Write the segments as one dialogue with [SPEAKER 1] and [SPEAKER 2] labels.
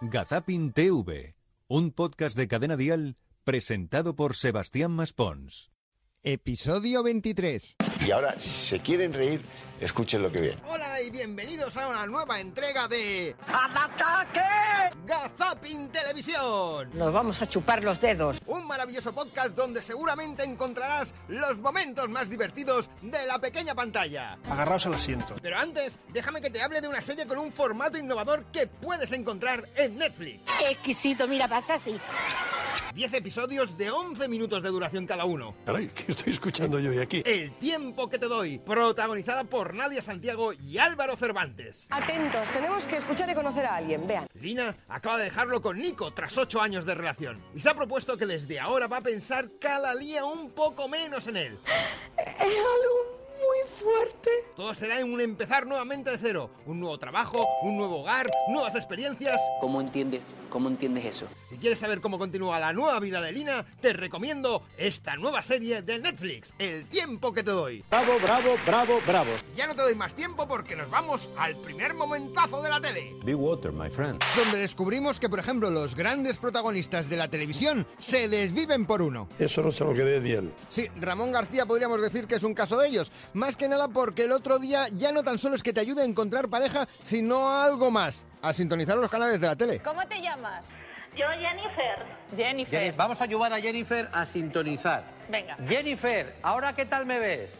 [SPEAKER 1] Gazapin TV, un podcast de Cadena Dial presentado por Sebastián Maspons.
[SPEAKER 2] Episodio 23.
[SPEAKER 3] Y ahora, si se quieren reír, escuchen lo que viene.
[SPEAKER 2] Hola y bienvenidos a una nueva entrega de
[SPEAKER 4] ¡Al ataque!
[SPEAKER 2] Gazapin Televisión.
[SPEAKER 4] Nos vamos a chupar los dedos.
[SPEAKER 2] Un maravilloso podcast donde seguramente encontrarás los momentos más divertidos de la pequeña pantalla.
[SPEAKER 5] Agarraos al asiento.
[SPEAKER 2] Pero antes, déjame que te hable de una serie con un formato innovador que puedes encontrar en Netflix.
[SPEAKER 4] Exquisito, mira, pasa así.
[SPEAKER 2] 10 episodios de 11 minutos de duración cada uno.
[SPEAKER 5] Caray, ¿qué estoy escuchando yo hoy aquí?
[SPEAKER 2] El tiempo que te doy, protagonizada por Nadia Santiago y Álvaro Cervantes.
[SPEAKER 6] Atentos, tenemos que escuchar y conocer a alguien. Vean.
[SPEAKER 2] Lina acaba de dejarlo con Nico tras 8 años de relación y se ha propuesto que desde ahora va a pensar cada día un poco menos en él.
[SPEAKER 6] Es algo muy fuerte.
[SPEAKER 2] Todo será en un empezar nuevamente de cero, un nuevo trabajo, un nuevo hogar, nuevas experiencias.
[SPEAKER 7] ¿Cómo entiendes, cómo entiendes eso?
[SPEAKER 2] Si quieres saber cómo continúa la nueva vida de Lina, te recomiendo esta nueva serie de Netflix, El tiempo que te doy.
[SPEAKER 8] Bravo, bravo, bravo, bravo.
[SPEAKER 2] Ya no te doy más tiempo porque nos vamos al primer momentazo de la tele.
[SPEAKER 8] Be water, my friend.
[SPEAKER 2] donde descubrimos que, por ejemplo, los grandes protagonistas de la televisión se desviven por uno.
[SPEAKER 5] Eso no se lo cree ni él.
[SPEAKER 2] Sí, Ramón García podríamos decir que es un caso de ellos. Más que nada porque el otro día ya no tan solo es que te ayude a encontrar pareja, sino algo más. A sintonizar los canales de la tele.
[SPEAKER 9] ¿Cómo te llamas?
[SPEAKER 10] Yo, Jennifer.
[SPEAKER 9] Jennifer.
[SPEAKER 8] Vamos a ayudar a Jennifer a sintonizar.
[SPEAKER 9] Venga.
[SPEAKER 8] Jennifer, ¿ahora qué tal me ves?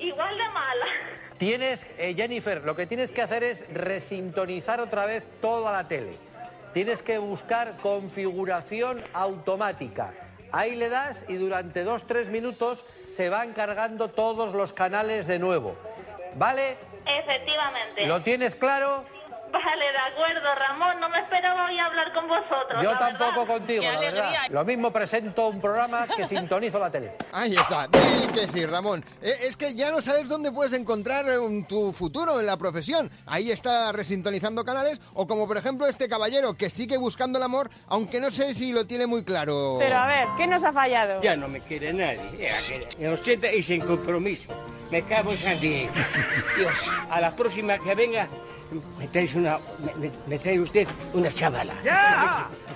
[SPEAKER 10] Igual de mala.
[SPEAKER 8] Tienes, eh, Jennifer, lo que tienes que hacer es resintonizar otra vez toda la tele. Tienes que buscar configuración automática. Ahí le das y durante dos, tres minutos se van cargando todos los canales de nuevo. ¿Vale?
[SPEAKER 10] Efectivamente.
[SPEAKER 8] ¿Lo tienes claro?
[SPEAKER 10] Vale, de acuerdo, Ramón. No me esperaba hoy hablar con vosotros.
[SPEAKER 8] Yo
[SPEAKER 10] la
[SPEAKER 8] tampoco
[SPEAKER 10] verdad.
[SPEAKER 8] contigo,
[SPEAKER 9] Qué
[SPEAKER 8] la verdad.
[SPEAKER 9] alegría.
[SPEAKER 8] Lo mismo presento un programa que sintonizo la tele.
[SPEAKER 2] Ahí está. Sí que sí, Ramón. Eh, Es que ya no sabes dónde puedes encontrar eh, un- tu futuro en la profesión. Ahí está resintonizando canales o como por ejemplo este caballero que sigue buscando el amor, aunque no sé si lo tiene muy claro.
[SPEAKER 11] Pero a ver, ¿qué nos ha fallado?
[SPEAKER 8] oh. Ya no me quiere nadie. eh, inocente y sin compromiso. Me cago en San Diego. Dios, a la próxima que venga, me traes una, me, me- me trae usted una chavala.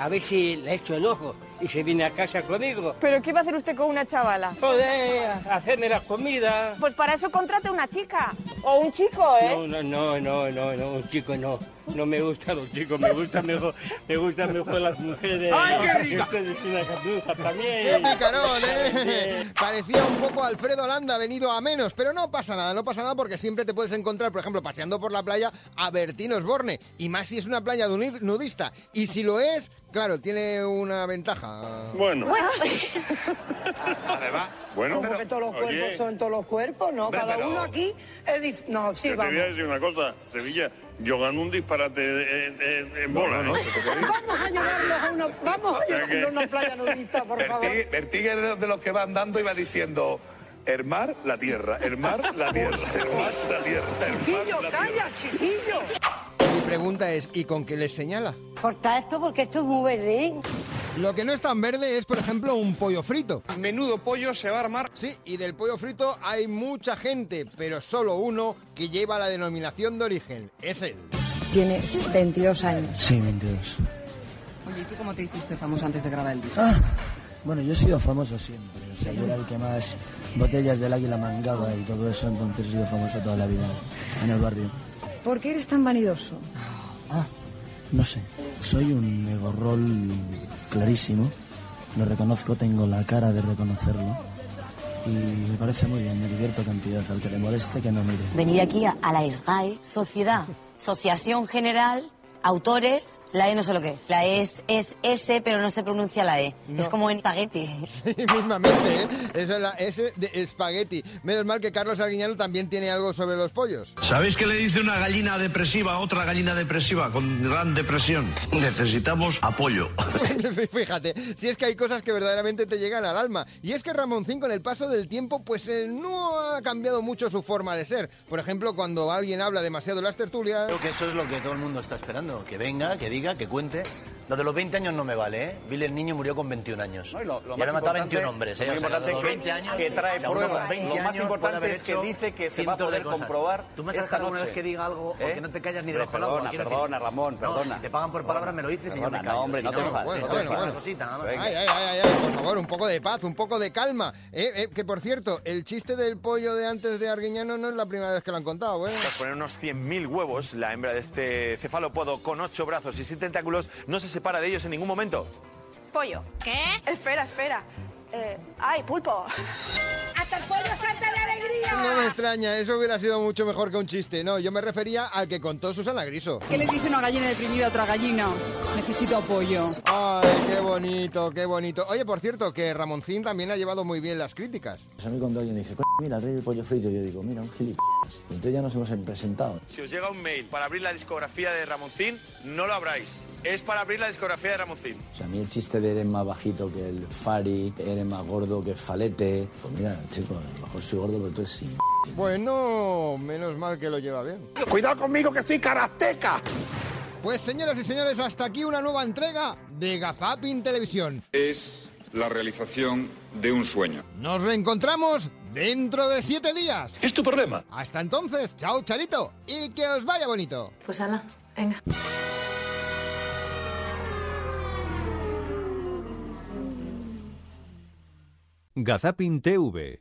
[SPEAKER 8] A ver si le echo el ojo y se viene a casa conmigo.
[SPEAKER 11] ¿Pero qué va a hacer usted con una chavala?
[SPEAKER 8] Oh. Joder, hacerme la comida.
[SPEAKER 11] Pues para eso contrate una chica. O un chico,
[SPEAKER 8] No,
[SPEAKER 11] ¿eh?
[SPEAKER 8] no, no, no, no, no, un chico no. No me gustan los chicos, me gusta mejor, me gustan mejor las mujeres. ¡Ay, qué rica! es una jatuja también.
[SPEAKER 2] ¡Qué picarón, eh! Parecía un poco Alfredo Landa venido a menos, pero no pasa nada, no pasa nada porque siempre te puedes encontrar, por ejemplo, paseando por la playa a Bertín Osborne, y más si es una playa nudi- nudista. Y si lo es, claro, tiene una ventaja.
[SPEAKER 5] Bueno. Bueno,
[SPEAKER 11] Como que todos los cuerpos son todos los cuerpos, ¿no? Cada uno aquí es dif- No, sí, vamos.
[SPEAKER 5] decir una cosa, Sevilla, yo gané un disparate en, bola, ¿eh? ¿no?
[SPEAKER 11] Vamos a llevarlos a una, vamos a llevarlos a una playa nudista, por favor.
[SPEAKER 5] de los que va andando y va diciendo... El mar, la tierra, el mar, la tierra, el mar, la tierra,
[SPEAKER 11] Chiquillo, calla, chiquillo.
[SPEAKER 2] Mi pregunta es, ¿y con qué les señala?
[SPEAKER 11] Corta esto porque esto es muy verde. ¿eh?
[SPEAKER 2] Lo que no es tan verde es, por ejemplo, un pollo frito.
[SPEAKER 8] Menudo pollo se va a armar.
[SPEAKER 2] Sí, y del pollo frito hay mucha gente, pero solo uno que lleva la denominación de origen. Es él.
[SPEAKER 6] Tienes 22 años.
[SPEAKER 7] Sí, 22.
[SPEAKER 11] Oye, ¿y tú cómo te hiciste famoso antes de grabar el disco?
[SPEAKER 7] Bueno, yo he sido famoso siempre. O sea, yo era el que más botellas del águila mangaba y todo eso, entonces he sido famoso toda la vida en el barrio.
[SPEAKER 6] ¿Por qué eres tan vanidoso?
[SPEAKER 7] Ah, no sé. Soy un egorrol clarísimo. Lo reconozco, tengo la cara de reconocerlo. Y me parece muy bien, me divierto cantidad. Al que le moleste, que no mire.
[SPEAKER 11] Venir aquí a, la SGAE, Sociedad, Asociación General, Autores, la E no sé lo que es. La E es, es S, pero no se pronuncia la E. Es como en paguete.
[SPEAKER 2] Sí, mismamente, ¿eh? Eso es la S de espagueti. Menos mal que Carlos Arguiñano también tiene algo sobre los pollos.
[SPEAKER 8] ¿Sabéis qué le dice una gallina depresiva a otra gallina depresiva con gran depresión? Necesitamos apoyo.
[SPEAKER 2] Fíjate, si es que hay cosas que verdaderamente te llegan al alma. Y es que Ramoncín con el paso del tiempo pues eh, no ha cambiado mucho su forma de ser. Por ejemplo, cuando alguien habla demasiado en las tertulias...
[SPEAKER 7] que eso es lo que todo el mundo está esperando. Que venga, que diga, que cuente.
[SPEAKER 8] Lo de los 20 años no me vale, ¿eh? Bill el niño murió con 21 años.
[SPEAKER 12] No, y lo- lo
[SPEAKER 8] y
[SPEAKER 12] más
[SPEAKER 8] ahora mataba
[SPEAKER 12] importante-
[SPEAKER 8] 21 hombres, ¿eh?
[SPEAKER 12] lo
[SPEAKER 8] O sea,
[SPEAKER 12] importante
[SPEAKER 8] los
[SPEAKER 12] que-
[SPEAKER 8] 20 años,
[SPEAKER 12] que trae
[SPEAKER 8] o sea, uno con
[SPEAKER 12] pruebas. Lo
[SPEAKER 8] 20
[SPEAKER 12] más
[SPEAKER 8] años puede
[SPEAKER 12] importante
[SPEAKER 8] haber
[SPEAKER 12] es que
[SPEAKER 8] hecho
[SPEAKER 12] dice que se va a
[SPEAKER 8] cientos de
[SPEAKER 12] poder
[SPEAKER 8] cosas.
[SPEAKER 12] comprobar
[SPEAKER 8] Tú me has
[SPEAKER 12] esta
[SPEAKER 8] dejado una vez
[SPEAKER 12] noche.
[SPEAKER 8] que diga algo o
[SPEAKER 12] ¿Eh?
[SPEAKER 8] que no te callas ni
[SPEAKER 12] Pero
[SPEAKER 8] debajo del agua,
[SPEAKER 12] perdona,
[SPEAKER 8] quiero
[SPEAKER 12] perdona,
[SPEAKER 8] decir.
[SPEAKER 12] Ramón,
[SPEAKER 8] No,
[SPEAKER 12] perdona.
[SPEAKER 8] si te pagan por palabras me lo dices y yo me
[SPEAKER 12] Perdona,
[SPEAKER 8] callo.
[SPEAKER 12] no, hombre,
[SPEAKER 8] si
[SPEAKER 12] no te enfades, no
[SPEAKER 8] si no
[SPEAKER 12] te
[SPEAKER 8] te enfades,
[SPEAKER 12] enfades.
[SPEAKER 8] cosita, nada más.
[SPEAKER 2] Ay, ay, ay, ay, ay, por favor, un poco de paz, un poco de calma. Eh, eh, que por cierto, el chiste del pollo de antes de Arguiñano no es la primera vez que lo han contado, ¿eh?
[SPEAKER 13] Tras poner unos 100.000 huevos, la hembra de este cefalópodo con ocho brazos y siete tentáculos no se separa de ellos en ningún momento.
[SPEAKER 11] Pollo. ¿Qué? Espera, espera. Eh, ¡Ay, pulpo! ¡Hasta el pollo salta la alegría!
[SPEAKER 2] No me extraña, eso hubiera sido mucho mejor que un chiste. No, yo me refería al que contó Susana Griso.
[SPEAKER 14] ¿Qué le dice una gallina deprimida a otra gallina? Necesito apoyo.
[SPEAKER 2] Ay, qué bonito, qué bonito. Oye, por cierto, que Ramoncín también ha llevado muy bien las críticas.
[SPEAKER 7] Pues a mí cuando alguien dice, "Coño, mira, el rey del pollo frito, yo digo, mira, un gilipollas. Y entonces ya nos hemos presentado.
[SPEAKER 13] Si os llega un mail para abrir la discografía de Ramoncín, no lo abráis. Es para abrir la discografía de Ramoncín.
[SPEAKER 7] O sea, a mí el chiste de eres más bajito que el Fari, eres más gordo que el Falete. Pues mira, chico, a lo mejor soy gordo, pero tú eres sin...
[SPEAKER 2] Bueno, menos mal que lo lleva bien.
[SPEAKER 15] Cuidado conmigo que estoy karateca.
[SPEAKER 2] Pues señoras y señores, hasta aquí una nueva entrega de Gazapin Televisión.
[SPEAKER 16] Es la realización de un sueño.
[SPEAKER 2] Nos reencontramos dentro de siete días.
[SPEAKER 16] Es tu problema.
[SPEAKER 2] Hasta entonces, chao Charito y que os vaya bonito.
[SPEAKER 17] Pues ala, venga.
[SPEAKER 1] Gazapin TV